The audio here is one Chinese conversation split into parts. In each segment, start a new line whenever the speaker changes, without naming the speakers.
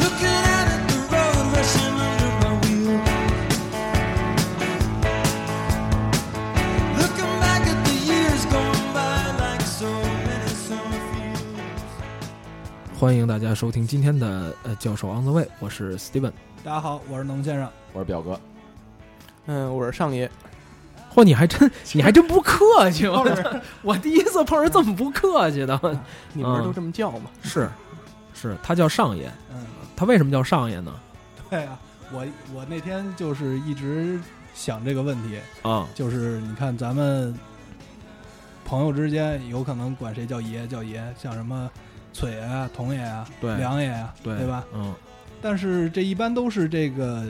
Looking out at the road rushing under my wheel. Looking back at the years gone by like so many summer fields.
欢迎大家收听今天的呃教授 on the way，我是 Steven。
大家好，我是农先生。
我是表哥，
嗯，我是上爷，
嚯，你还 真你还真不客气，我操 我第一次碰上这么不客气的。
你们
嗯
都这么叫吗？
是是，他叫上爷，
嗯，
他为什么叫上爷呢？
对啊，我我那天就是一直想这个问题，
啊、
就是你看咱们朋友之间有可能管谁叫爷叫爷，像什么崔爷啊、童爷啊、
对
梁爷啊，
对
吧？？
嗯，
但是这一般都是这个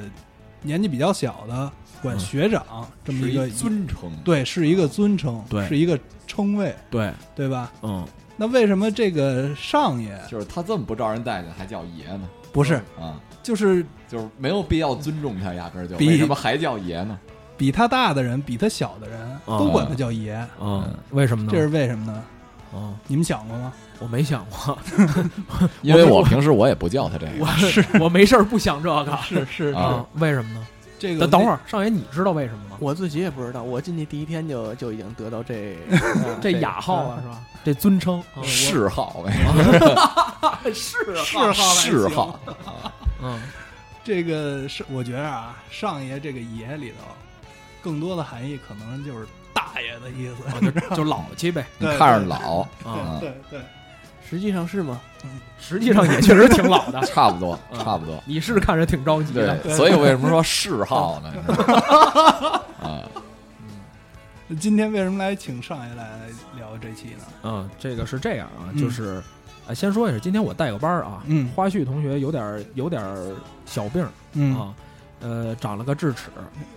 年纪比较小的管
嗯
学长、这么
是
一个
一尊称，
对，是一个尊称，
对
是一个称谓，
对，
对吧？
嗯，
那为什么这个上爷
就是他这么不招人待见，还叫爷呢
不是
啊？
就是
就是没有必要尊重他，压根儿就
比
为什么还叫爷呢？
比他大的人，比他小的人
哦
都管他叫爷，
嗯，为什么呢？
这是为什么呢？
嗯，
你们想过吗？
我没想过，
因为
啊
我平时我也不叫他这
我
个，
是我没事儿不想这个。
是是
啊
嗯，为什么呢？
这个
等等会儿，上爷，你知道为什么吗？
我自己也不知道，我进去第一天就就已经得 到这嗯
这雅号啊，是吧？这尊称啊
嗜好呗，
是
那啊嗜好还行
嗜好，
嗯，
这个是我觉着啊，上爷这个爷里头，更多的含义可能就是大爷的意思，你知道吗
啊就老气呗。
你
对
看着老
啊，
对对，
实际上是吗？
嗯实际上也确实挺老 的。
差不
啊
多，
嗯
差不多。
你是看着挺着急
对
的，，
所以为什么说嗜 好呢？啊，
对今天为什么来请上爷来聊这期呢？
嗯，这个是这样啊，
嗯
就是，呃，先说一下，今天我带个班儿啊，
嗯
花絮同学有点儿有点儿小病儿
嗯，
啊，呃，长了个智齿，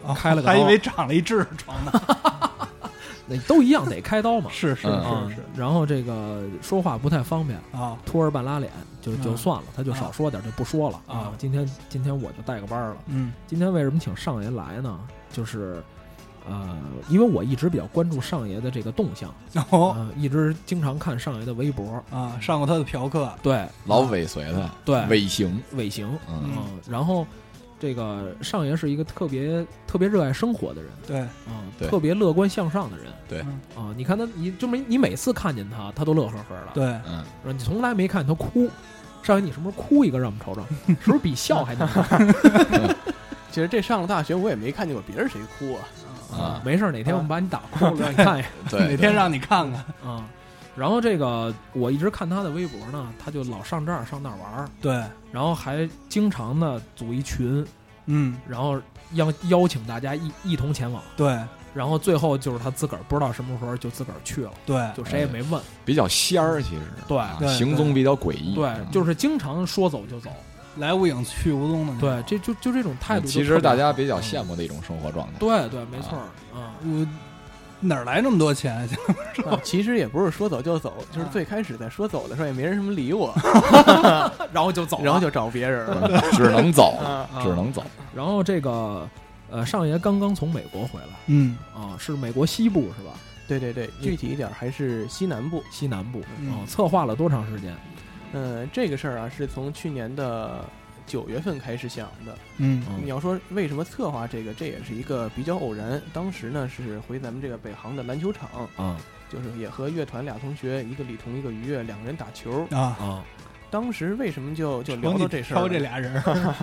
啊
开了个
还以
刀
为长了一痔疮 呢，，
那都一样得开刀嘛
是是
啊
是是
然后这个说话不太方便，
啊，
拖着半拉脸就就
嗯
算了，他就少说点儿，就不说了
啊
今天今天我就带个班儿了，
嗯
今天为什么请上爷来呢？就是，呃，因为我一直比较关注上爷的这个动向，
哦
啊，一直经常看上爷的微博，
啊，上过他的嫖客，
对
老尾随他，
对
尾行，
尾行，
嗯，
嗯，然后这个上爷是一个特别特别热爱生活的人，
对，
啊、
对
特别乐观向上的人，
对
啊、你看他，你就没你每次看见他，他都乐呵呵的，
对，
嗯，
是吧，你从来没看见他哭。上爷，你什么时候哭一个让我们瞅 瞅？是不是比笑还难看？
其实这上了大学，我也没看见过别人谁哭啊。
啊，
没事儿，哪天我们把你打哭了，让你看一眼
对，
哪天
对
让你看看，
啊。然后这个我一直看他的微博呢，他就老上这儿上那儿玩儿，
对，
然后还经常的组一群，
嗯
然后邀邀请大家一一同前往。
对
然后最后就是他自个儿不知道什么时候就自个儿去了，
对，
哎
就谁也没问。
比较仙儿，其实
对
啊
对
行踪比较诡异，嗯
对，就是经常说走就走。
来无影去无踪的那种，
对，这就就这种态度就特别。
嗯其实大家比较
嗯
羡慕的一种生活状态。
对对，没错儿啊。
我哪儿来那么多 钱？
啊其实也不是说走就走，就是最开始在说走的时候也没人什么理我，
然后就走
然
然
后
后就
就找别人了。
嗯 只能走了，
啊，
只能走。
然后这个呃，上爷刚刚从美国回来
嗯
啊，是美国西部是吧？
对对对，具体一点还是西南部。
西南部啊，
嗯
策划了多长时间？
嗯，这个事儿啊，是从去年的九月份开始想的。
嗯
嗯
你要说为什么策划这个，这也是一个比较偶然。当时呢是回咱们这个北航的篮球场，
啊
就是也和乐团俩同学，一个李彤一个于越，两个人打球。
啊，
啊
当时为什么就就
瞅
聊
你
到这事儿
挑
了？
这俩人儿，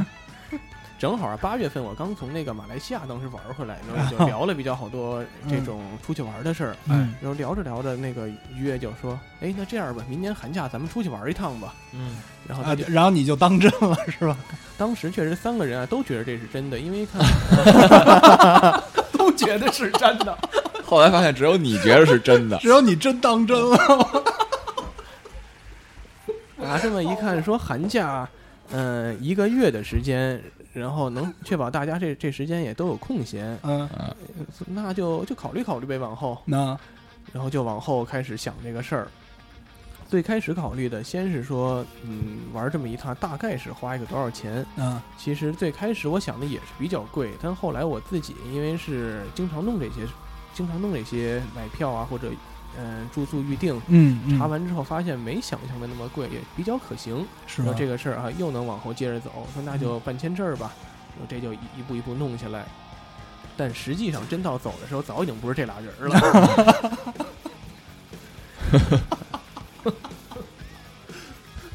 正好啊，八月份我刚从那个马来西亚当时玩回来，然 后就聊了比较好多这种出去玩的事儿。哎
嗯
然后聊着聊着，那个约就说：“哎，那这样吧，明年寒假咱们出去玩一趟吧。
嗯，”
然后
啊
他就，
然后你就当真了是吧？
当时确实三个人啊都觉得这是真的，因为看都觉得是真的。
后来发现只有你觉得是真 的，
只有你真当真了，
啊，这么一看，说寒假，呃，一个月的时间，然后能确保大家这这时间也都有空闲，
嗯，
啊
那就就考虑考虑呗，往后，
那
然后就往后开始想这个事儿。最开始考虑的，先是说，嗯，玩这么一趟大概是花一个多少钱？
嗯
其实最开始我想的也是比较贵，但后来我自己因为是经常弄这些，经常弄这些买票啊或者，嗯、住宿预定，
嗯
查完之后发现没想象的那么贵，也比较可行。
是
说
吧？嗯
这个事儿啊，又能往后接着走，说那就办签证儿吧，我这就一一步一步弄下来。但实际上真到走的时候，早已经不是这俩人儿了。
个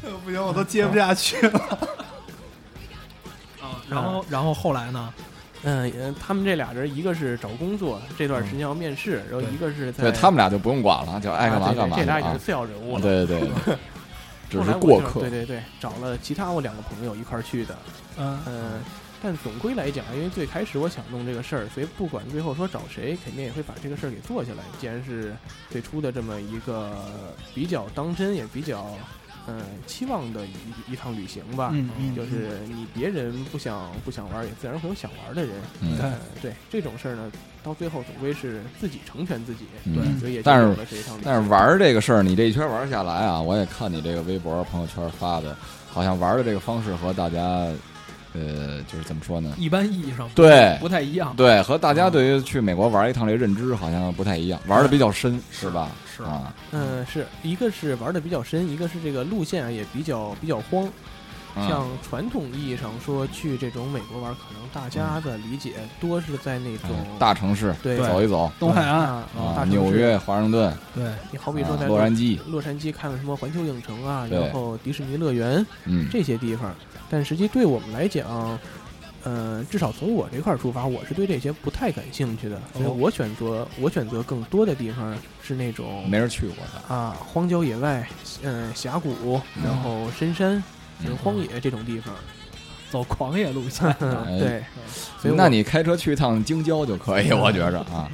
哎不行，我都接不下去了。
啊，
然后然后后来呢？
嗯，呃他们这俩人一个是找工作，这段时间要面试，
嗯
然后一个是在
对他们俩就不用管了，就爱干
啊
嘛
对对
干嘛
这
去
俩已经
啊
是。次要人物了。
对对 对，只
后
是
来我
过
就
客
对。对对，找了其他我两个朋友一块儿去的。
嗯
嗯，但总归来讲，因为最开始我想弄这个事儿，所以不管最后说找谁，肯定也会把这个事儿给做下来。既然是最初的这么一个呃比较当真，也比较嗯期望的一一趟旅行吧。
嗯嗯，
就是你别人不想不想玩儿，也自然会有想玩儿的人。
嗯
对
呃对这种事儿呢，到最后总归是自己成全自己，
嗯
所以也就
但是
有了这一趟旅行。
但是玩儿这个事儿，你这一圈玩儿下来啊，我也看你这个微博、朋友圈发的，好像玩儿的这个方式和大家，呃，就是怎么说
嗯
呢？
一般意义上
对
不太一样，
对，和大家对于去美国玩一趟这认知好像不太一样，玩的比较深，是吧？
是
啊，
嗯，是一个是玩的比较深，一个是这个路线啊也比较比较荒。
嗯
像传统意义上说去这种美国玩，可能大家的理解多是在那种、
嗯大城市
对
走一走
东海岸，
啊
啊
大，城市
纽约、，华盛顿、
对，
你好比说
啊
在
洛杉矶，
洛杉矶看了什么环球影城啊，
对
然后迪士尼乐园
嗯，
这些地方，但实际对我们来讲。呃，至少从我这块儿出发，我是对这些不太感兴趣的，所以
哦
我选择我选择更多的地方是那种
没人去过的，
啊，荒郊野外，嗯、峡谷，然后深山、
嗯
荒野这种地方，
走狂野路线，
哎
对，所以我
那你开车去一趟京郊就可以，我觉着啊，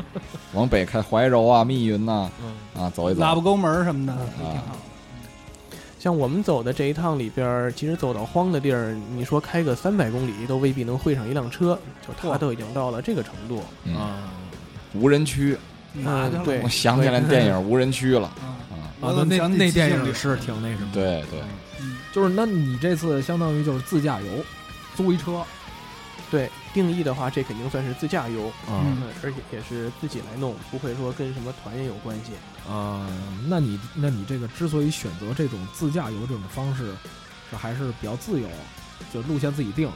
往北开怀柔啊、密云呐，
嗯
啊，走一 走，
拉布沟门儿什么的，挺好。
像我们走的这一趟里边儿，其实走到荒的地儿，你说开个三百公里都未必能会上一辆车，就它都已经到了这个程度。
嗯，
啊，
无人区，
哪去了
嗯对
我想起来电 影《无人区》了
嗯
啊，
我
啊
怎么
那
想起
那
寂
电
静
影
岭
是挺那什么，，
对对，
嗯
就是那你这次相当于就是自驾游，租一车
对，定义的话，这肯定算是自驾游，
啊
嗯，而且也是自己来弄，不会说跟什么团也有关系。
啊，那你那你这个之所以选择这种自驾游这种方式，是还是比较自由，就路线自己定，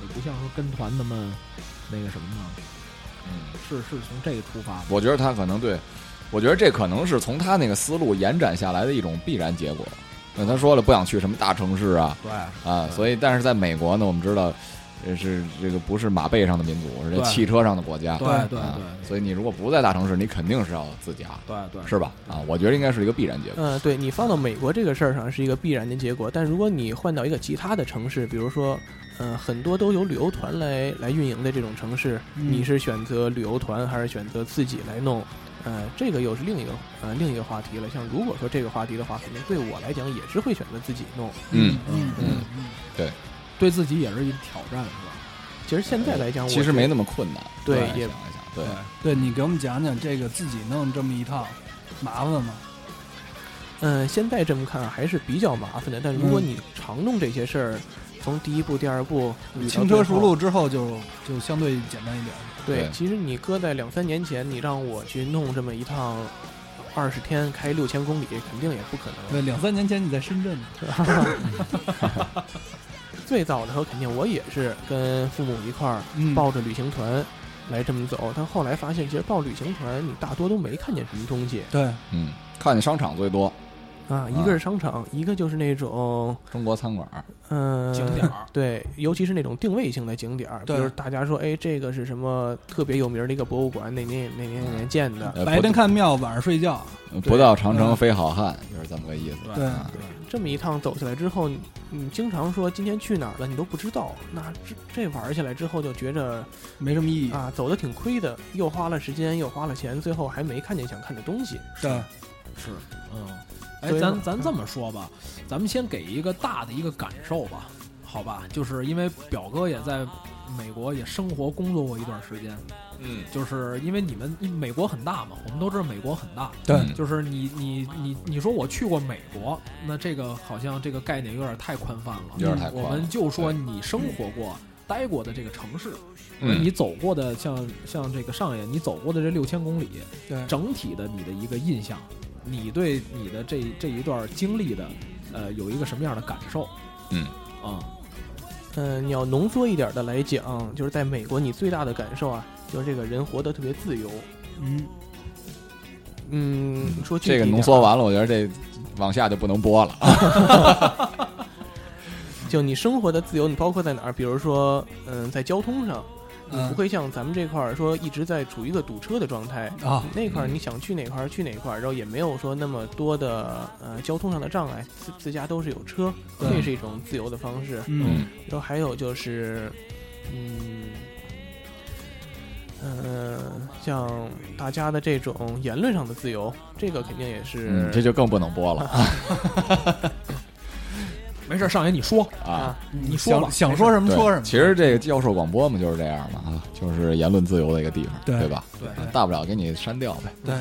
也不像说跟团那么那个什么嘛，
嗯。
是是从这个出发的，
我觉得他可能对，我觉得这可能是从他那个思路延展下来的一种必然结果。那他说了不想去什么大城市啊
对，
啊，所以但是在美国呢，我们知道，呃是这个不是马背上的民族，是这
对
汽车上的国家。
对
啊
对对
所以你如果不在大城市，你肯定是要自驾，
对对，
是吧？啊，我觉得应该是一个必然结果。
呃
嗯、对你放到美国这个事儿上是一个必然的结果，但如果你换到一个其他的城市，比如说，嗯、很多都由旅游团来来运营的这种城市，
嗯
你是选择旅游团还是选择自己来弄？呃，这个又是另一个呃另一个话题了。像如果说这个话题的话，肯定对我来讲也是会选择自己弄。
嗯，
嗯
嗯
嗯
对自己也是一个挑战，是吧？
其实现在来
呃
讲，
其实没那么
么
困难。
对
想
也
一想，对，
对你给我们讲讲这个自己弄这么一套麻烦吗？
嗯、现在这么看还是比较麻烦的。但如果
嗯
你常弄这些事儿，从第一步、第二步，捋到
轻车
最
熟
后
路之后就就相对简单一点。
对
对，
其实你搁在两三年前，你让我去弄这么一趟，二十天开六千公里，肯定也不可能。
对，两三年前你在深圳呢，
最早的时候，肯定我也是跟父母一块儿
嗯
抱着旅行团来这么走，但后来发现，其实报旅行团你大多都没看见什么东西。
对，
嗯，看见商场最多，
啊，一个是商场，一个就是那种
中国餐馆儿，
嗯
景点儿，
对，尤其是那种定位性的景点儿，比
对
如大家说，哎，这个是什么特别有名儿的一个博物馆，哪年哪年哪年建的，
呃
白
不
天看庙，晚上睡觉，
不到长城
嗯
非好汉，就是这么个意思。
对
啊
对，这么一趟走下来之后，你你经常说今天去哪儿了，你都不知道。那这这玩儿起来之后，就觉着
没什么
嗯
意义。
啊，走的挺亏的，又花了时间，又花了钱，最后还没看见想看的东西。
对，
是，嗯，哎
所，以
咱
呢
咱这么说吧，咱们先给一个大的一个感受吧，好吧？就是因为表哥也在美国也生活工作过一段时间，
嗯，
就是因为你们因为美国很大嘛，我们都知道美国很大，
对
嗯
就是你你你你说我去过美国，那这个好像这个概念有点太宽泛了，
有点太宽
嗯我
了
们就说你生活过、待过的这个城市，
嗯
你走过的像像这个上野，你走过的这六千公里，
对
整体的你的一个印象，你对你的这这一段经历的，呃，有一个什么样的感受？
嗯
啊、
嗯、你要浓缩一点的来讲，就是在美国，你最大的感受啊，就是这个人活得特别自由。
嗯，
嗯，说具体
这个
一点
浓
啊
缩，完了，我觉得这往下就不能播了。啊
就你生活的自由，你包括在哪儿？比如说，嗯、在交通上，你
嗯
不会像咱们这块儿说一直在处于一个堵车的状态。
啊，
那块儿
嗯
你想去哪块儿去哪块儿，然后也没有说那么多的呃交通上的障碍，自自驾都是有车，
对
这是一种自由的方式。
嗯，
然后还有就是，嗯，呃，像大家的这种言论上的自由，这个肯定也是、
嗯，这就更不能播了
没事，上野你说，
啊。
啊，
你说吧
想，想说什么
对
说什么。
其实这个教授广播嘛，就是这样嘛啊，就是言论自由的一个地方，
对
对吧？
对
啊大不了给你删掉呗。
对，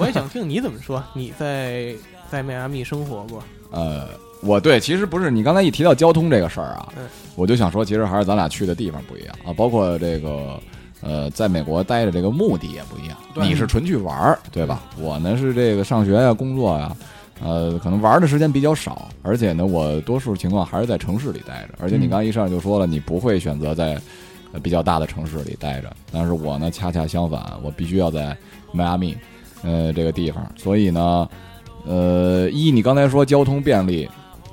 我也想听你怎么说。你在在迈阿密生活过，
呃，我对，其实不是你刚才一提到交通这个事儿啊
嗯，
我就想说，其实还是咱俩去的地方不一样啊，包括这个呃，在美国待着这个目的也不一样。
对
你是纯去玩儿，对吧？我呢是这个上学呀、工作呀。呃，可能玩儿的时间比较少，而且呢，我多数情况还是在城市里待着。而且你
嗯
刚一上就说了，你不会选择在呃比较大的城市里待着，但是我呢，恰恰相反，我必须要在迈阿密，呃，这个地方。所以呢，呃，一你刚才说交通便利，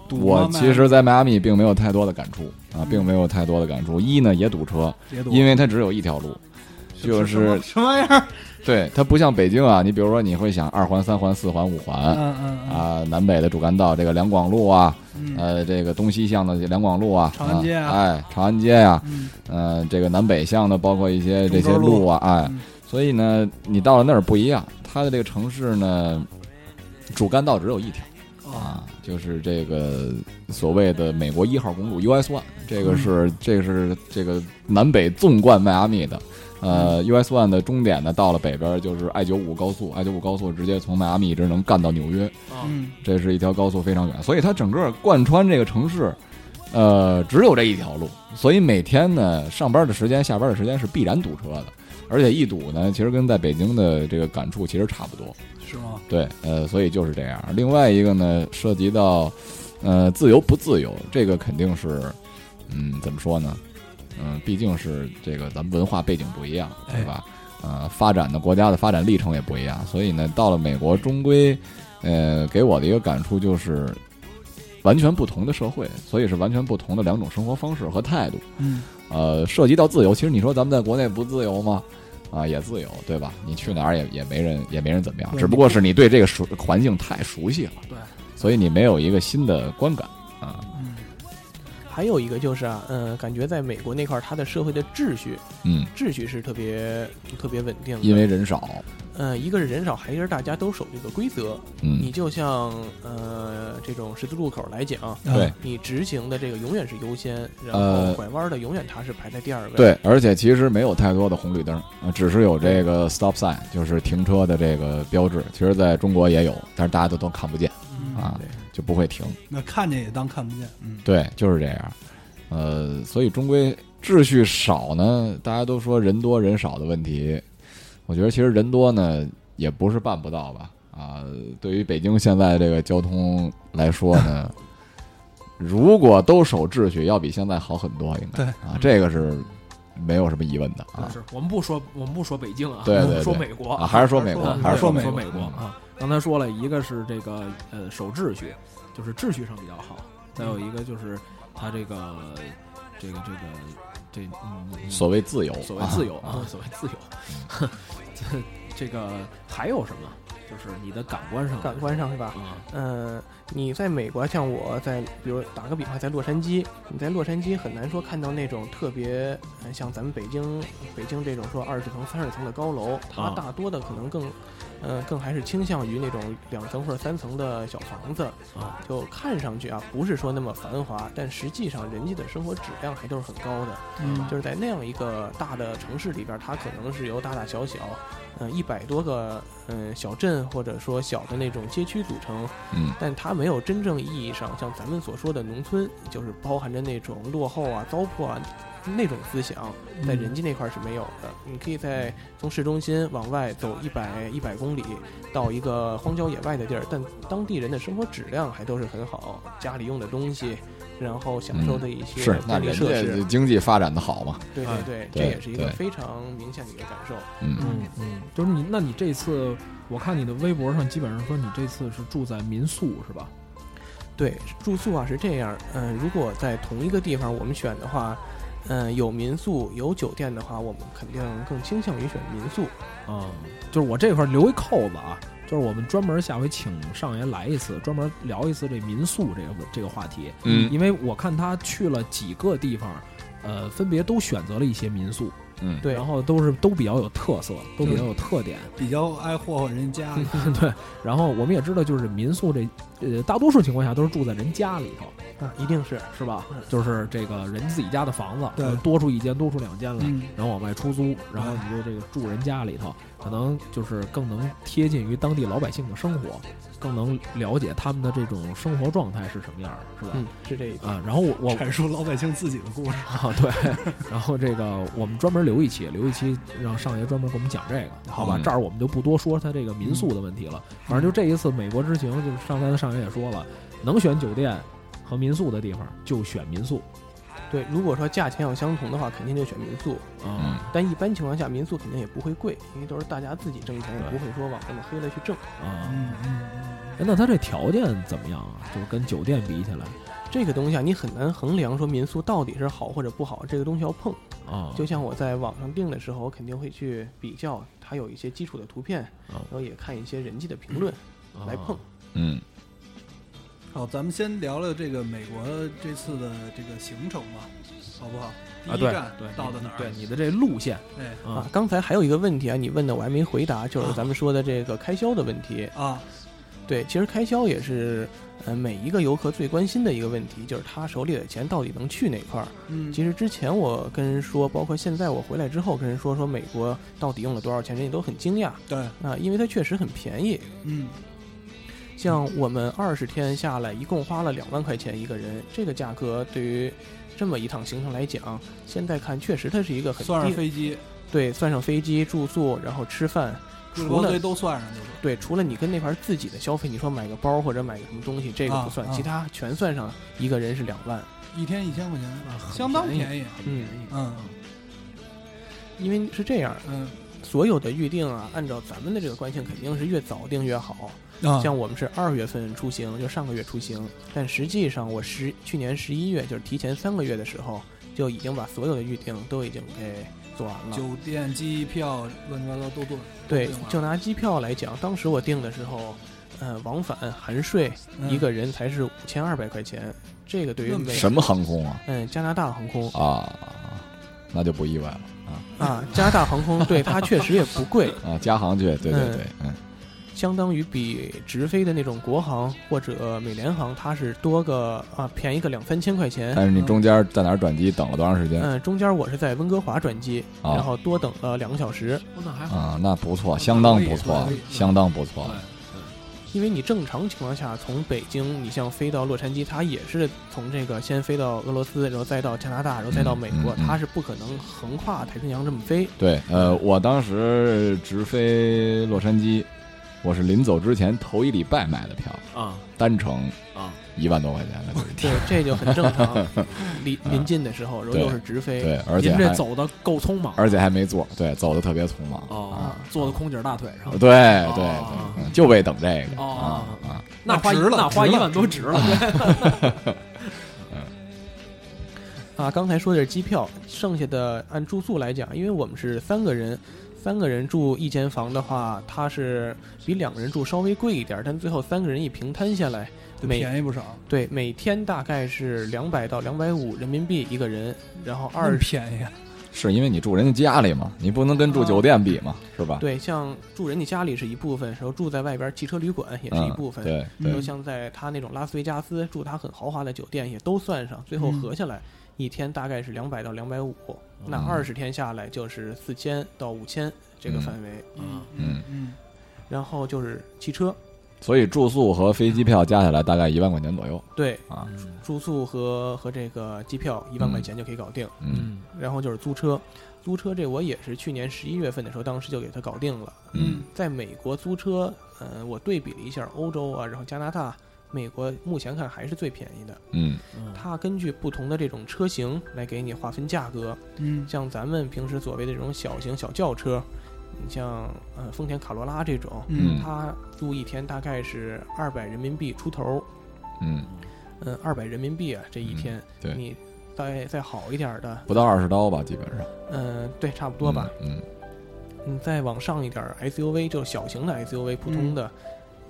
堵嗯
我
吗
其实，在迈阿密并没有太多的感触啊，并没有太多的感触。一呢也堵车，因
为
为它只有一条路，就是
什么玩意儿？
对它不像北京啊，你比如说你会想二环、三环、四环、五环
嗯嗯嗯
啊，南北的主干道这个两广路啊，
嗯
呃，这个东西向的两广路啊，
长安街啊
哎，长安街呀，
嗯，
呃，这个南北向的包括一些这些
中州路
路啊，哎
嗯，
所以呢，你到了那儿不一样，它的这个城市呢，主干道只有一条。
啊，
哦
啊，就是这个所谓的美国一号公路 US One，这个是
嗯
这个是这个南北纵贯迈阿密的。呃，US One 的终点呢，到了北边就是 I 九五高速，I 九五高速直接从迈阿密一直能干到纽约，
嗯
这是一条高速非常远，所以它整个贯穿这个城市，呃，只有这一条路，所以每天呢上班的时间、下班的时间是必然堵车的，而且一堵呢，其实跟在北京的这个感触其实差不多。
是吗？
对，呃，所以就是这样。另外一个呢，涉及到，呃，自由不自由，这个肯定是，嗯，怎么说呢？嗯、毕竟是这个咱们文化背景不一样，对吧？呃，发展的国家的发展历程也不一样，所以呢，到了美国，终归，呃，给我的一个感触就是，完全不同的社会，所以是完全不同的两种生活方式和态度。
嗯，
呃，涉及到自由，其实你说咱们在国内不自由吗？啊，也自由，对吧？你去哪儿也也没人也没人怎么样，
对
只不过是你对这个熟环境太熟悉了，
对，
所以你没有一个新的观感啊。
嗯
还有一个就是啊，嗯，感觉在美国那块儿，它的社会的秩序
嗯，
秩序是特别特别稳定的，
因为人少，
呃，一个是人少，还一个是大家都守这个规则。你
嗯，
就像呃这种十字路口来讲，
对
啊
你直行的这个永远是优先，然后
呃
拐弯的永远它是排在第二位。
对，而且其实没有太多的红绿灯，啊只是有这个 stop sign，就是停车的这个标志。其实，在中国也有，但是大家都都看不见
嗯
啊
对，
就不会停。
那看见也当看不见。嗯，
对，就是这样。呃，所以终归秩序少呢，大家都说人多人少的问题，我觉得其实人多呢也不是办不到吧。啊，对于北京现在这个交通来说呢，如果都守秩序，要比现在好很多，应该
对
啊，这个是没有什么疑问的啊
是我们不说我们不说北京啊，
对对
我们说
对
美国
啊，还是说美国
嗯，
还是
对我
美
们
国，
说
嗯
美国啊，
刚才说了一个是这个呃守秩序，就是秩序上比较好；再
嗯
有一个就是他这个这个这个这嗯嗯
所谓自由，
所谓自由
啊，，
所谓自由，这
嗯
这个还有什么？就是你的感官上
感官上是吧？
啊，
呃，你在美国，像我在，比如打个比方，在洛杉矶，你在洛杉矶很难说看到那种特别呃像咱们北京北京这种说二十层、三十层的高楼，它
啊
大多的可能更，呃，更还是倾向于那种两层或者三层的小房子
啊，
就看上去啊不是说那么繁华，但实际上人家的生活质量还都是很高的。
嗯
就是在那样一个大的城市里边儿，它可能是由大大小小，嗯、一百多个嗯、呃小镇或者说小的那种街区组成，
嗯，
但它没有真正意义上像咱们所说的农村，就是包含着那种落后啊、糟粕啊那种思想，
嗯
在人家那块儿是没有的。你可以在从市中心往外走一百一百公里，到一个荒郊野外的地儿，但当地人的生活质量还都是很好，家里用的东西。然后享受的一些
嗯是，那
便利
人
设施，
家经济发展的好嘛，
对
哎
对对，这
对
也是一个
对
非常明显的一个感受。
嗯，
嗯嗯，就是你，那你这次我看你的微博上基本上说你这次是住在民宿是吧？
对，住宿啊是这样，嗯、如果在同一个地方我们选的话，嗯、有民宿有酒店的话，我们肯定更倾向于选民宿。
啊、就是我这块儿留一扣子啊，就是我们专门下回请上爷来一次，专门聊一次这民宿这个问这个话题，
嗯
因为我看他去了几个地方，呃，分别都选择了一些民宿，
嗯，
对
然后都是都比较有特色，都比较有特点。
比较爱霍霍人家，
然后我们也知道，就是民宿这，呃，大多数情况下都是住在人家里头，
啊，一定是
是吧
嗯？
就是这个人自己家的房子，
对
可能多出一间，多出两间来，
嗯
然后往外出租，然后你就这个住人家里头，可能就是更能贴近于当地老百姓的生活，更能了解他们的这种生活状态是什么样的，是吧？
嗯，是这一点。
啊，然后我我
阐述老百姓自己的故事。
啊，对，然后这个我们专门留一期，留一期让上爷专门给我们讲这个，好吧？
嗯
这儿我们就不多说他这个民宿的问题了。反正就这一次美国之行，就是上来的上爷也说了，能选酒店和民宿的地方就选民宿
对，如果说价钱要相同的话，肯定就选民宿。
嗯
啊
但一般情况下，民宿肯定也不会贵，因为都是大家自己挣钱，也
对
不会说往那么黑了去挣。
啊！
嗯嗯
哎那他这条件怎么样啊？就是跟酒店比起来
这个东西啊，你很难衡量说民宿到底是好或者不好，这个东西要碰。
啊，
就像我在网上订的时候，我肯定会去比较它有一些基础的图片，
啊
然后也看一些人际的评论来碰。
嗯
嗯。好，咱们先聊聊这个美国这次的这个行程吧，好不好？第
啊，
一
对
站
对，
到的哪儿？
啊
对你的这路线
哎
啊
啊，刚才还有一个问题啊，你问的我还没回答，就是咱们说的这个开销的问题。
啊，
对，其实开销也是，呃，每一个游客最关心的一个问题，就是他手里的钱到底能去哪块儿。
嗯，
其实之前我跟人说，包括现在我回来之后跟人说，说美国到底用了多少钱，人家都很惊讶
对，
啊，因为它确实很便宜。
嗯
像我们二十天下来，一共花了两万块钱一个人，这个价格对于这么一趟行程来讲，现在看确实它是一个很
算上
低的
飞机，
对，算上飞机、住宿，然后吃饭，
猪
除
头堆
了
都算上就是。
对，除了你跟那块儿自己的消费，你说买个包或者买个什么东西，这个
啊
不算，
啊
其他全算上，一个人是两万。
一天一千块钱，相当便宜。
嗯，
嗯
因为是这样，
嗯
所有的预定啊，按照咱们的这个惯性，肯定是越早定越好。
啊
像我们是二月份出行，就上个月出行，但实际上我十去年十一月，就是提前三个月的时候，就已经把所有的预定都已经给做完了。
啊酒店、机票，乱七八糟都做。
对
定了，
就拿机票来讲，当时我订的时候，呃，往返含税
嗯
一个人才是五千二百块钱，这个对于
那么
美
什么航空啊
嗯加拿大航空
啊，那就不意外了
啊，加拿大航空对它确实也不贵，
啊，加航去，对对对，嗯
相当于比直飞的那种国航或者美联航，它是多个啊便宜个两三千块钱。
哎
但是你中间在哪儿转机，等了多长时间
嗯，中间我是在温哥华转机，
啊
然后多等了两个小时，
哦那还好，
啊？那不错，相当不错
可以可，以
相当不错
对，
因为你正常情况下从北京你像飞到洛杉矶，它也是从这个先飞到俄罗斯，然后再到加拿大，然后再到美国，
嗯嗯嗯
它是不可能横跨太平洋这么飞。
对，呃，我当时直飞洛杉矶，我是临走之前头一礼拜买的票，
啊
单程
啊
一万多块钱了，
对，这就很正常。 临
嗯
临近的时候，然后
对
又是直飞，
对，而且
您这
还
走的够匆 忙
而且还没做，对，走的特别匆忙
哦
啊，，
坐在空姐大腿上
对，对对
哦，
嗯就为等这个
哦
啊啊，
那花一
值了
那花
值
一
了
万多值了，
啊，刚才说的是机票，剩下的按住宿来讲，因为我们是三个人，三个人住一间房的话，它是比两个人住稍微贵一点，但最后三个人一平摊下来，
就
每
便宜不少，
对每天大概是两百到两百五人民币一个人，然后
那么
二十
便宜啊，
是因为你住人家家里嘛，你不能跟住酒店比嘛，是吧？
嗯对，像住人家家里是一部分，然后住在外边汽车旅馆也是
啊
嗯，
一部分，
对
比如
对，
像在他那种拉斯维加斯住他很豪华的酒店也都算上，最后
嗯
合下来一天大概是两百到两百五，那
嗯
二十天下来就是四千到五千这个
嗯
范围。
嗯
嗯，
嗯，
然后就是汽车，
所以住宿和飞机票加起来大概一万块钱左右
对，
啊，
住宿和和这个机票一万块钱就可以搞定。
嗯
然后就是租车，租车这我也是去年十一月份的时候，当时就给它搞定了。
嗯
在美国租车，嗯、我对比了一下欧洲啊，然后加拿大、美国，目前看还是最便宜的。
嗯
它根据不同的这种车型来给你划分价格，
嗯
像咱们平时所谓的这种小型小轿车，你像呃丰田卡罗拉这种，
嗯
它租一天大概是二百人民币出头，
嗯，
嗯，二百人民币啊这一天，
对
你再再好一点的，
不到二十刀吧，基本上
嗯、对，差不多吧。，
嗯
你再往上一点儿 SUV 就是小型的
嗯
SUV，普通的，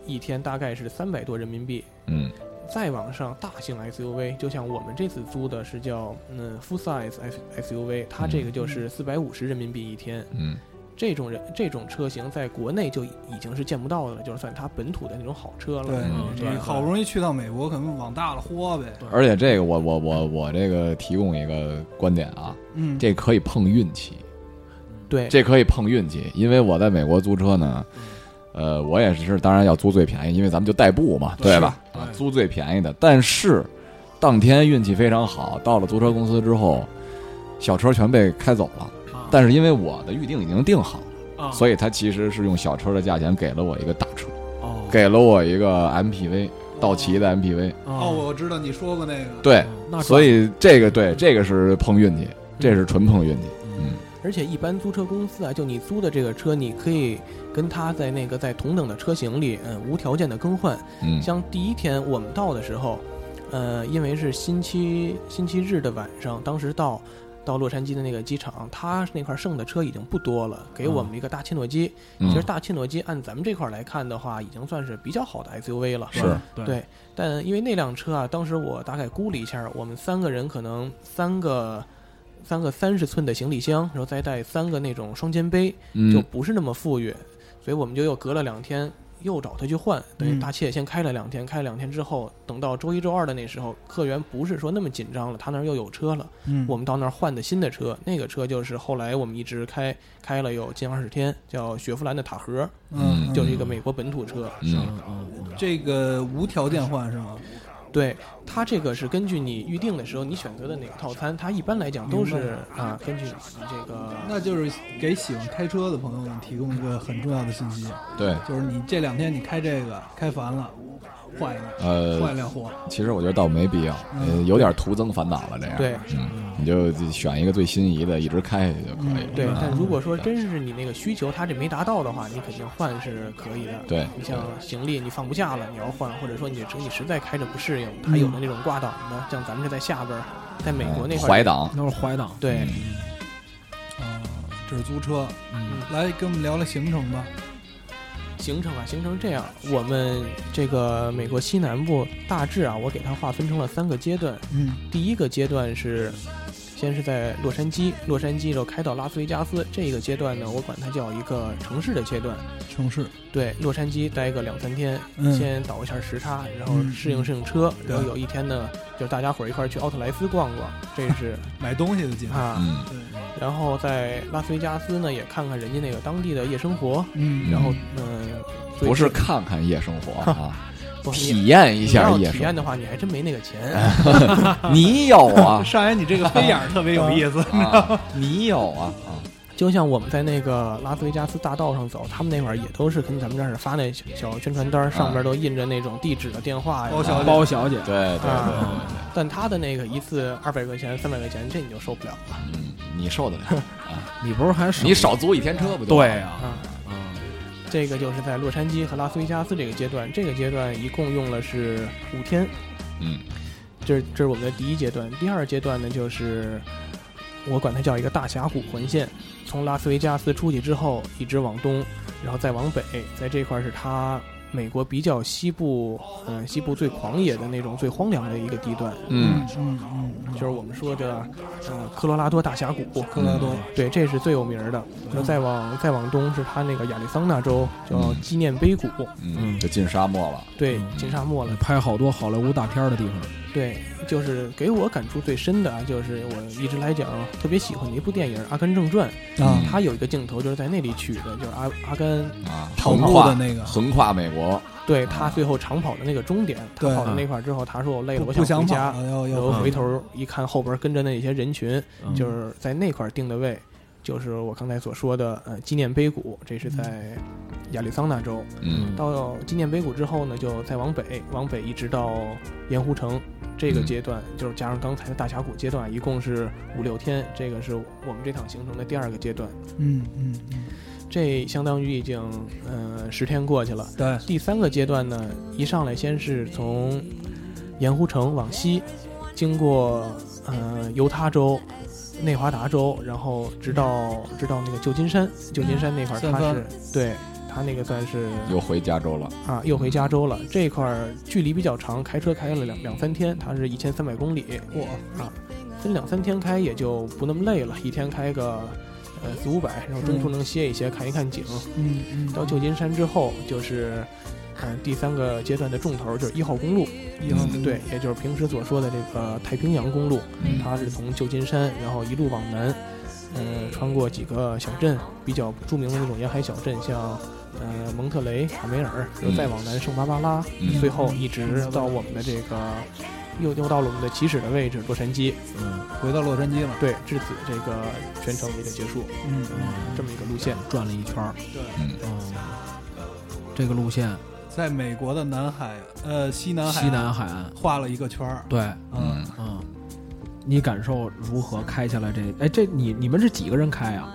一天大概是三百多人民币。
嗯
再往上，大型 SUV，就像我们这次租的是叫嗯 full size S SUV，它这个就是四百五十人民币一天。
嗯
这种人这种车型在国内就已经是见不到的了，就是算它本土的那种好车了。
对
嗯
你好不容易去到美国，可能往大了豁呗，
嗯，而且这个我我我我这个提供一个观点啊，
嗯，
这可以碰运气，
对
这可以碰运气，因为我在美国租车呢，呃，我也是当然要租最便宜，因为咱们就代步嘛，对吧？
是
啊
对
租最便宜的，但是当天运气非常好，到了租车公司之后，小车全被开走了，
啊
但是因为我的预定已经定好了，
啊，
所以他其实是用小车的价钱给了我一个大车，
哦
给了我一个 MPV，道奇的 MPV，
哦，我知道你说过那个，
对，
那
所以这个对这个是碰运气，这是纯碰运气，嗯
嗯
而且一般租车公司啊，就你租的这个车，你可以跟它在那个在同等的车型里，嗯，无条件的更换。
嗯，
像第一天我们到的时候，呃，因为是星期星期日的晚上，当时到到洛杉矶的那个机场，它那块剩的车已经不多了，给我们一个大切诺基。
嗯
其实大切诺基按咱们这块来看的话，已经算是比较好的 SUV 了。
是
对
对，但因为那辆车啊，当时我大概估了一下，我们三个人可能三个三个三十寸的行李箱，然后再带三个那种双肩背，就
嗯
不是那么富裕，所以我们就又隔了两天又找他去换。等
嗯
于大切先开了两天，开了两天之后，等到周一周二的那时候，客源不是说那么紧张了，他那儿又有车了，
嗯，
我们到那儿换的新的车，那个车就是后来我们一直开开了有近二十天，叫雪佛兰的塔河，
嗯，嗯
就是一个美国本土车。
嗯
这个无条件换是吗？
对它这个是根据你预定的时候你选择的哪个套餐，它一般来讲都是啊根据你这个
那就是给喜欢开车的朋友们提供一个很重要的信息，
对。
就是你这两天你开这个开烦了，换一个，
呃，
换一辆货，
其实我觉得倒没必要，呃，有点徒增烦恼了。这样，
嗯对，
嗯，你就选一个最心仪的，一直开下去就可以了。
对，
嗯
但如果说真是你那个需求，它这没达到的话，你肯定换是可以的。
对
你像行李你放不下了，你要换，或者说你这车你实在开着不适应，
嗯
它有的那种挂档的，像咱们是在下边儿，在美国那
嗯
块儿
呃怀，档，嗯
那是怀档，
对，
啊，这是租车，
嗯
来跟我们聊聊行程吧，
行程啊，行程这样，我们这个美国西南部大致啊，我给它划分成了三个阶段。
嗯
第一个阶段是，先是在洛杉矶，洛杉矶然后开到拉斯维加斯，这个阶段呢，我管它叫一个城市的阶段。
城市，
对，洛杉矶待个两三天，
嗯
先倒一下时差，然后
嗯
适应适应车，
对
然后有一天呢，就是大家伙儿一块儿去奥特莱斯逛逛，这是
买东西的节目，
啊，
嗯
对，
然后在拉斯维加斯呢也看看人家那个当地的夜生活，
嗯，
然后
嗯
嗯，所以
不是
这
看看夜生活啊，
不你
体验一
你
下
要
夜
体验
生
的话，你还真没那 个钱，
活。你有啊
嗯上海，你这个飞眼儿特别有意思，
啊，你有啊啊，
就像我们在那个拉斯维加斯大道上走，他们那会儿也都是跟咱们这儿发那小小宣传单儿，上面都印着那种地址啊、电话
哦
呀、
嗯包小
包小
姐
姐，
对对对，
啊。但他的那个一次二百块钱、三百块钱，这你就受不了了
嗯，你受得了，
你不是还少
你 少租一天车不就
对呀、
啊。
啊，
这个就是在洛杉矶和拉斯维加斯这个阶段，这个阶段一共用了是五天，
嗯，
这是这是我们的第一阶段。第二阶段呢，就是我管它叫一个大峡谷环线，从拉斯维加斯出去之后，一直往东，然后再往北，在这块儿是它美国比较西部，嗯、西部最狂野的那种、最荒凉的一个地段，
嗯
嗯嗯
就是我们说的，呃，科罗拉多大峡谷。科
罗拉多
对，这是最有名儿的。然后再
嗯
往再往东是它那个亚利桑那州叫
嗯
纪念碑谷，
嗯，就进沙漠了，
对
嗯，
进沙漠了。
拍好多好莱坞大片儿的地方，
对，就是给我感触最深的啊，就是我一直来讲特别喜欢的一部电影《阿甘正传》，
啊
嗯
它有一个镜头就是在那里取的，就是阿阿甘
啊，
跑
横
步
跨
的那个
横跨美国，
对他最后长跑的那个终点，他
对嗯
跑到
啊
那块儿之后，他说我累了，
不
我
不想
回
跑
家，
了，要
然
要
后
嗯
回头一看后边跟着那些人群，
嗯
就是在那块儿定的位，就是我刚才所说的呃纪念碑谷，这是
嗯
在亚利桑那州。
嗯
到纪念碑谷之后呢，就再往北，往北一直到盐湖城这个阶段，就是加上刚才的大峡谷阶段，一共是五六天。这个是我们这趟行程的第二个阶段，
嗯嗯嗯，
这相当于已经呃十天过去了。
对，
第三个阶段呢，一上来先是从盐湖城往西，经过呃犹他州、内华达州，然后直到直到那个旧金山，旧金山那块儿
三
它
藩
是对它那个算是
又回加州了，
啊，又回加州了。这块儿距离比较长，开车开了两两三天，它是一千三百公里。哇啊，分两三天开也就不那么累了，一天开个呃四五百，然后中途能歇一歇，看一看景。
嗯嗯，
到旧金山之后，就是嗯、呃第三个阶段的重头，就是一号公路，
一号
嗯对，也就是平时所说的这个太平洋公路，
嗯
它是从旧金山，然后一路往南，呃，穿过几个小镇，比较著名的那种沿海小镇，像呃蒙特雷、卡梅尔，然后再往南圣巴巴拉，
嗯
最后一直到我们的这个又又到了我们的起始的位置洛杉矶，
嗯，
回到洛杉矶了，
对，至此这个全程也就结束，
嗯
这么一个路线。
转了一圈儿，
嗯
嗯，这个路线
在美国的南海，呃，西南海，
西南海岸，
画了一个圈儿，
对，
嗯，
嗯，你感受如何开下来这？哎，这你你们是几个人开啊？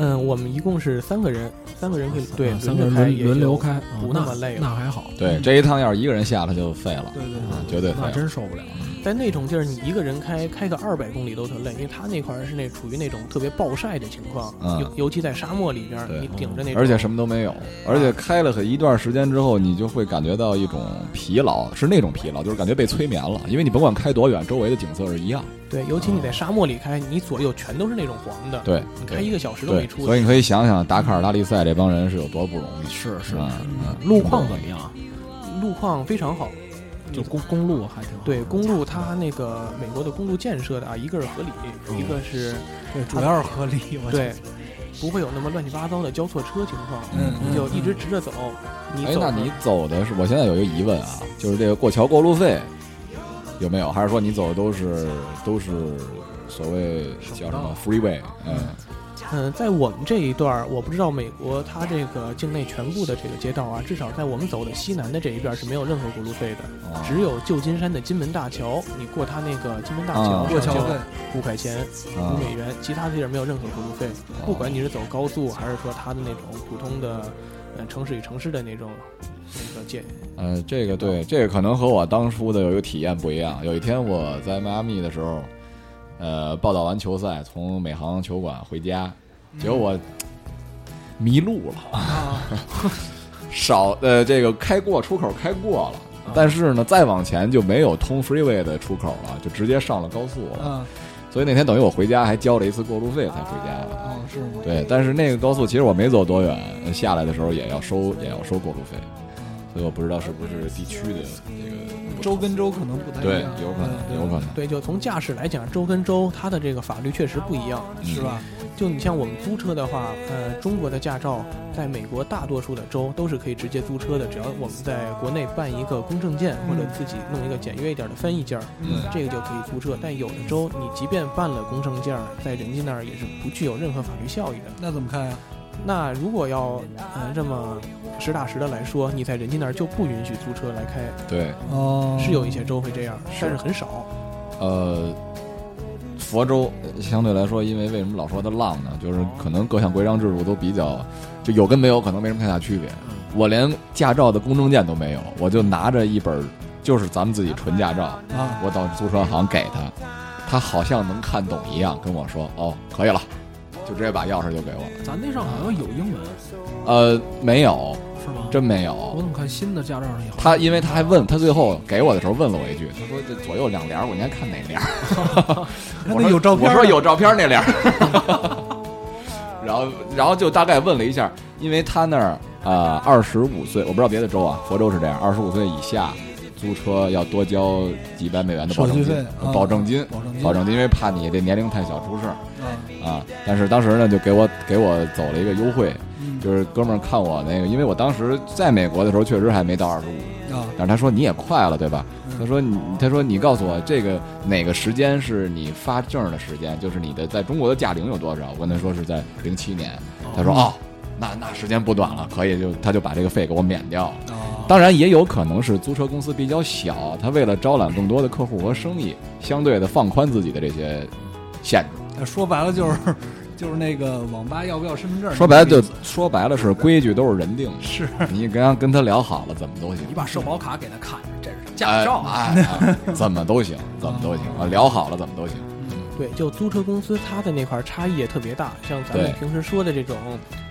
嗯，我们一共是三个人，三个人可以对
啊三个人
轮着
轮
也
轮
就
流开，啊
不那么累了
那还好，
对，这一趟要是一个人下他就废了，
对对
啊
对，
绝对废
那
了，
真受不了。
在那种地儿，你一个人开开个二百公里都特累，因为它那块儿是那处于那种特别暴晒的情况，
嗯
尤尤其在沙漠里边儿，
对
你顶着那种，
而且什么都没有，而且开了很一段时间之后，你就会感觉到一种疲劳，是那种疲劳，就是感觉被催眠了，因为你甭管开多远，周围的景色是一样，
对，尤其你在沙漠里开，你左右全都是那种黄的，
对
你开
对
一个小时都
对，
没出
所以
去。
你可以想想达喀尔拉力赛这帮人是有多不容易，
是是
吧？嗯
路况怎么样？
路况非常好，
就公公路还挺好。
对公路它那个美国的公路建设的啊，一个是合理，一个是
对，主要是合理，我觉得
对，不会有那么乱七八糟的交错车情况，
嗯，
你
嗯
就一直直着走，你
哎，
走
那你走的是？我现在有一个疑问啊，就是这个过桥过路费有没有？还是说你走的都是都是所谓叫什么 freeway？嗯
嗯，在我们这一段儿，我不知道美国它这个境内全部的这个街道啊，至少在我们走的西南的这一边儿是没有任何过路费的，
哦
只有旧金山的金门大桥，你过它那个金门大
啊
桥，
过桥费，
五块钱
啊哦
五美元，其他地儿没有任何过路费，不管你是走高速还是说它的那种普通的，呃，城市与城市的那种那个街，
呃，这个对，这个可能和我当初的有一个体验不一样。有一天我在迈阿密的时候，呃，报道完球赛，从美航球馆回家，结果我迷路了， 少呃，这个开过出口开过了。但是呢，再往前就没有通 freeway 的出口了，就直接上了高速了。
嗯，
所以那天等于我回家还交了一次过路费才回家的。
哦，是吗？
对，但是那个高速其实我没走多远，呃下来的时候也要收也要收过路费，所以我不知道是不是地区的这个
州跟州可能不太
对
一样，嗯
有可能
对
有可能
对，就从驾驶来讲，州跟州它的这个法律确实不一样，
嗯
是吧？
就你像我们租车的话，呃，中国的驾照在美国大多数的州都是可以直接租车的，只要我们在国内办一个公证件或者自己弄一个简约一点的翻译件儿，
嗯
这个就可以租车。但有的州你即便办了公证件儿，在人家那儿也是不具有任何法律效益的。
那怎么看呀、
那如果要呃这么实打实的来说，你在人家那儿就不允许租车来开，
对，
哦
是有一些州会这样，但是很少。
呃，佛州呃相对来说，因为为什么老说它浪呢？就是可能各项规章制度都比较，就有跟没有可能没什么太大区别。我连驾照的公证件都没有，我就拿着一本，就是咱们自己纯驾照，
啊，
我到租车行给他，他好像能看懂一样，跟我说：“哦，可以了。”就直接把钥匙就给我了。
咱那上好像有英文，
呃，没有，
是吗？
真没
我
有。
怎么看新的驾照上有？
他因为他还问他最后给我的时候问了我一句，他说这左右两帘儿，我您看哪帘儿？ 我
那有照片
我
儿啊
说有照片儿那 脸儿。然后，然后就大概问了一下，因为他那儿呃二十五岁，我不知道别的州啊，佛州是这样，二十五岁以下租车要多交几百美元的保证
手
金
续费，啊
保证金，
保证金
保证金，因为怕你这年龄太小出事儿
啊，
啊。但是当时呢，就给我给我走了一个优惠，
嗯
就是哥们儿看我那个，因为我当时在美国的时候确实还没到二十五，
啊，
但是他说你也快了，对吧？
嗯
他说你，他说你告诉我这个哪个时间是你发证的时间，就是你的在中国的驾龄有多少？我跟他说是在零七年，他说哦，那那时间不短了，可以就他就把这个费给我免掉
啊
了。当然也有可能是租车公司比较小，他为了招揽更多的客户和生意，相对的放宽自己的这些限制。
呃说白了就是 就是那个网吧要不要身份证？
说白了
那个
就
意思
说白了是规矩都是人定的，
是
你跟他跟他聊好了怎么都行。
你把社保卡给他看，这是驾照啊！哦
哎，哎 哎怎么都行，怎么都行啊，聊好了怎么都行。
对，就租车公司它的那块儿差异也特别大，像咱们
对
平时说的这种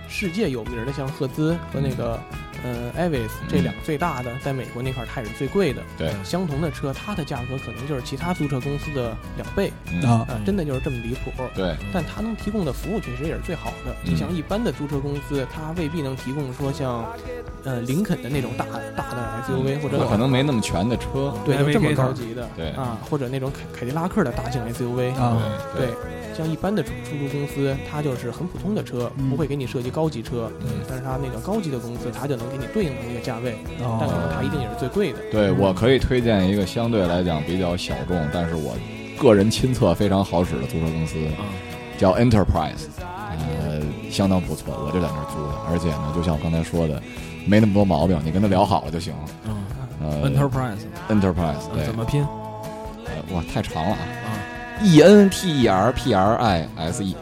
世界有名儿的，像赫兹和那个、
嗯
呃艾维斯这两个最大的，在美国那块儿它也是最贵的。呃
对
相同的车，它的价格可能就是其他租车公司的两倍，
嗯
啊
啊、真的就是这么离谱。
对，
但它能提供的服务确实也是最好的。
嗯
你像一般的租车公司，它未必能提供说像，呃，林肯的那种大大的 SUV，或者
他可能没嗯那么全的车。
对就这么
Navigator
高级的，
对
啊，或者那种凯凯迪拉克的大型 SUV，
啊，
对
对，像一般的出出租公司，它就是很普通的车，
嗯
不会给你设计高级车。
嗯
但是它那个高级的公司，它就能给你对应的那个价位，但可
哦
能它一定也是最贵的。
对，我可以推荐一个相对来讲比较小众，但是我个人亲测非常好使的租车公司，
啊
叫 Enterprise，呃，相当不错，我就在那儿租的，而且呢，就像我刚才说的，没那么多毛病，你跟他聊好了就行了。
嗯
呃
，Enterprise 啊
Enterprise 对
怎，么拼？
呃哇，太长了啊，E N T E R P R I S E。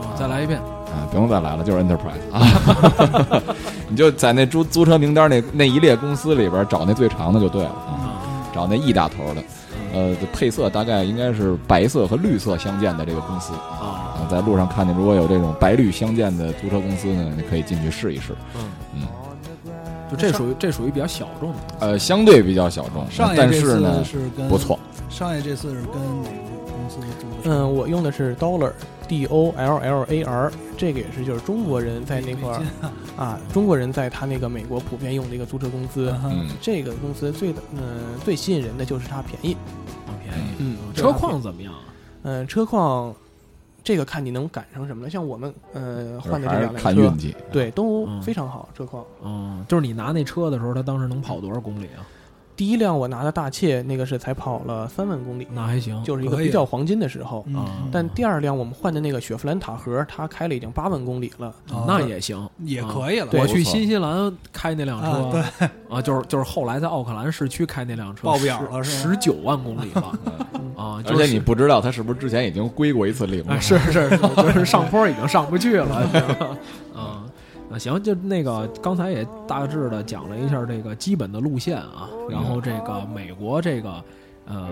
啊，再来一遍。
啊，不用再来了，就是 Enterprise 啊， 你就在那租租车名单那那一列公司里边找那最长的就对了啊，找那 E 大头的，呃，配色大概应该是白色和绿色相间的这个公司
啊，
啊，在路上看见如果有这种白绿相间的租车公司呢，你可以进去试一试，嗯
就这属于这属于比较小众的。
呃，相对比较小众，
上一
但
这
是
次
呢
是跟
不错，，
上一这次是跟哪个公司租的？
嗯，我用的是 Dollar D O L L A R，这个也是就是中国人在那块儿啊，中国人在他那个美国普遍用的一个租车公司。
嗯，
这个公司最的嗯、最吸引人的就是它便宜，
便宜。
嗯，
车况怎么样啊？
嗯、车况，这个看你能赶上什么了。像我们呃换的这
还是
两辆车，啊
看运气，
对，都
嗯
非常好，车况。
嗯，就是你拿那车的时候，它当时能跑多少公里啊？
第一辆我拿的大切，那个是才跑了三万公里，
那还行，
就是一个
哦可以
比较黄金的时候。
嗯
啊，
但第二辆我们换的那个雪佛兰塔河，它开了已经八万公里了。
哦
啊那也行。
也
啊
可以了，
对
我去新西兰开那辆
啊
车，啊，就是就是后来在奥克兰市区开那辆车，
爆表了是吗
十九万公里了啊！
而
就
且
是
你不知道他是不是之前已经归过一次零了
啊，，是是是，就是上坡已经上不去了， 你知道吗嗯。那行，就那个刚才也大致的讲了一下这个基本的路线啊，然后这个美国这个，呃，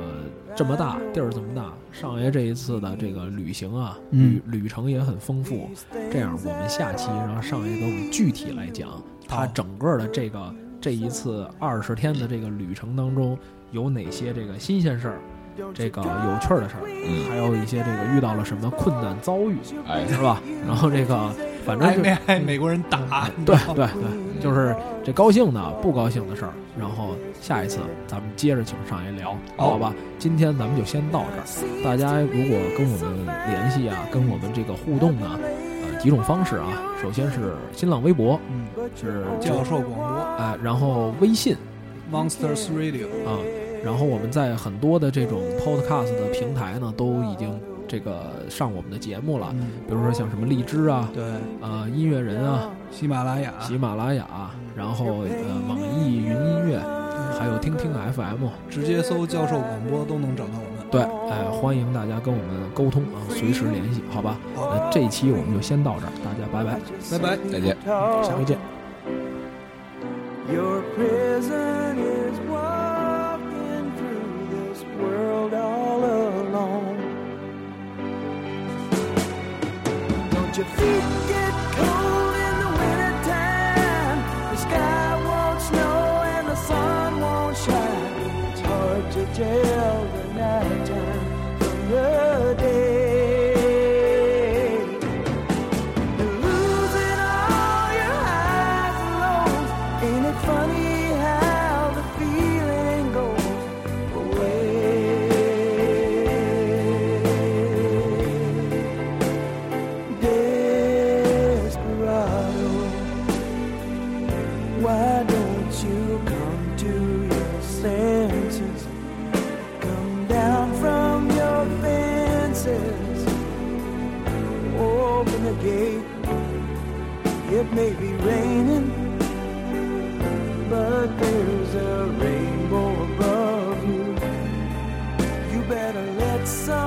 这么大地儿这么大，上爷这一次的这个旅行啊，旅旅程也很丰富。这样，我们下期让上爷给我们具体来讲他
好
整个的这个这一次二十天的这个旅程当中有哪些这个新鲜事儿，这个有趣儿的事儿，
嗯
还有一些这个遇到了什么困难遭遇，
哎，
是吧？然后这个反正
挨
就
没挨美国人打？你知
对
道吗
对对，就是这高兴的、不高兴的事儿。然后下一次咱们接着请上爷聊，好吧？今天咱们就先到这儿。大家如果跟我们联系啊，跟我们这个互动呢，
几种方式啊，首先是新浪微博
嗯，
是
教授广播
啊，然后微信
Monsters Radio，
啊，然后我们在很多的这种 podcast 的平台呢，都已经这个上我们的节目了，
嗯，
比如说像什么荔枝啊、
对，
啊音乐人啊、
喜马拉雅，
喜马拉雅，啊然后呃网易云音乐，还有听听 FM。
直接搜教授广播都能找到我们。
对，哎，欢迎大家跟我们沟通啊，随时联系，好吧？
好
那这一期我们就先到这儿，大家拜拜。
拜拜。
再见。
下回见。
Your prison is walking through this world all alone. Don't your feet get cold in the wintertime? The sky won't snow and the sun won't shine. It's hard to tell the nighttime from the day. You're losing all your highs and lows. Ain't it funny how the feeling goes away? Desperado, why don't you come to your senses? Come down from your fences open the gate. It may be raining, but there's a rainbow above you. You better let some.